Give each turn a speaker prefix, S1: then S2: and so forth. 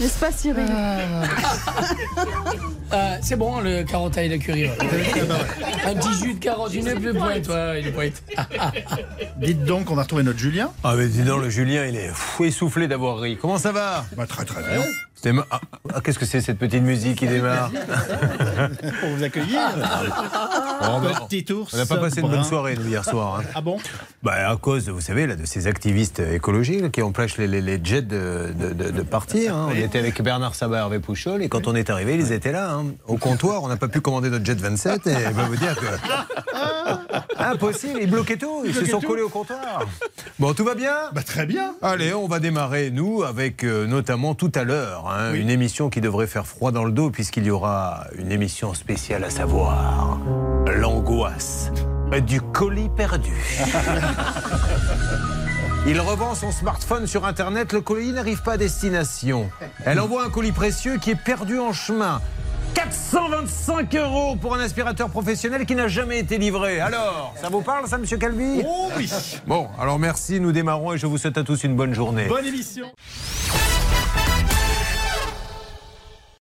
S1: N'est-ce pas, Cyril
S2: Euh, c'est bon, le carotte et le curry. ouais. Un petit jus de carotte, une épaule de poète. Ouais, une poète.
S3: Dites donc qu'on a retrouvé notre Julien.
S4: Ah, mais dis donc, le Julien, il est fou essoufflé d'avoir ri. Comment ça va
S3: Bah, très très bien.
S4: C'était ma- ah, ah, Qu'est-ce que c'est cette petite musique qui démarre
S3: Pour vous accueillir.
S4: Oh, bah,
S3: Petit ours.
S4: On n'a pas passé une
S3: brun.
S4: bonne soirée, nous, hier soir. hein.
S3: Ah bon
S4: Bah, à cause, vous savez, là, de ces activistes écologiques là, qui empêchent les, les- les jets de, de- de- de partir. hein. On était avec Bernard Sabat, Hervé Pouchol, et quand on est arrivé, ils étaient là. hein. Au comptoir, on n'a pas pu commander notre jet 27, et je vais vous dire que. Impossible, ils bloquaient tout, ils se sont collés au comptoir. Bon, tout va bien
S3: Bah, très bien.
S4: Allez, on va démarrer, nous, avec euh, notamment tout à l'heure, hein, une émission qui devrait faire froid dans le dos, puisqu'il y aura une émission spéciale à savoir l'angoisse du colis perdu. Il revend son smartphone sur Internet, le colis n'arrive pas à destination. Elle envoie un colis précieux qui est perdu en chemin. 425 euros pour un aspirateur professionnel qui n'a jamais été livré. Alors, ça vous parle ça, monsieur Calvi
S3: Oh oui
S4: Bon, alors merci, nous démarrons et je vous souhaite à tous une bonne journée.
S3: Bonne émission.